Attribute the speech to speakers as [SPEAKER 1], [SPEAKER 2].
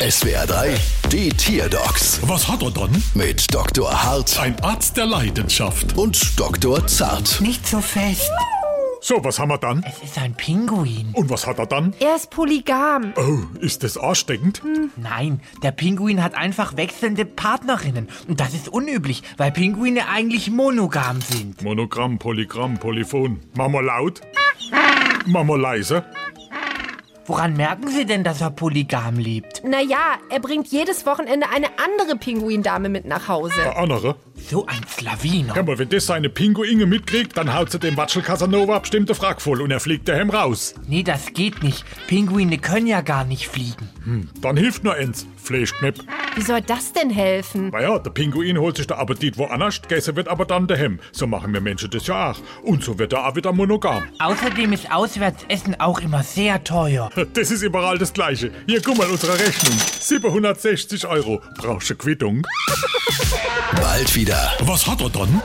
[SPEAKER 1] SWR 3, die Tierdocs
[SPEAKER 2] Was hat er dann?
[SPEAKER 1] mit Dr. Hart
[SPEAKER 2] Ein Arzt der Leidenschaft.
[SPEAKER 1] und Dr. Zart.
[SPEAKER 3] Nicht so fest.
[SPEAKER 2] So, was haben wir dann?
[SPEAKER 3] Es ist ein Pinguin.
[SPEAKER 2] Und was hat er dann?
[SPEAKER 4] Er ist polygam.
[SPEAKER 2] Oh, ist das ansteckend?
[SPEAKER 3] Nein, der Pinguin hat einfach wechselnde Partnerinnen. Und das ist unüblich, weil Pinguine eigentlich monogam sind.
[SPEAKER 2] Monogramm, Polygramm, Polyphon. Machen wir laut. Machen wir leise.
[SPEAKER 3] Woran merken Sie denn, dass er polygam lebt?
[SPEAKER 4] Naja, er bringt jedes Wochenende eine andere Pinguindame mit nach Hause.
[SPEAKER 2] Eine andere.
[SPEAKER 3] So ein Slawiner.
[SPEAKER 2] Hör mal, wenn das seine Pinguinge mitkriegt, dann haut sie dem Watschel Casanova bestimmte Frack voll und er fliegt daheim raus.
[SPEAKER 3] Nee, das geht nicht. Pinguine können ja gar nicht fliegen.
[SPEAKER 2] Dann hilft nur eins. Fleischknepp.
[SPEAKER 4] Wie soll das denn helfen?
[SPEAKER 2] Naja, der Pinguin holt sich der Appetit woanders, gegessen wird aber dann daheim. So machen wir Menschen das ja auch. Und so wird er auch wieder monogam.
[SPEAKER 3] Außerdem ist Auswärtsessen auch immer sehr teuer.
[SPEAKER 2] Das ist überall das Gleiche. Hier, guck mal, unsere Rechnung. 760 Euro. Brauchst du Quittung?
[SPEAKER 1] Bald wieder.
[SPEAKER 2] Was hat er dann?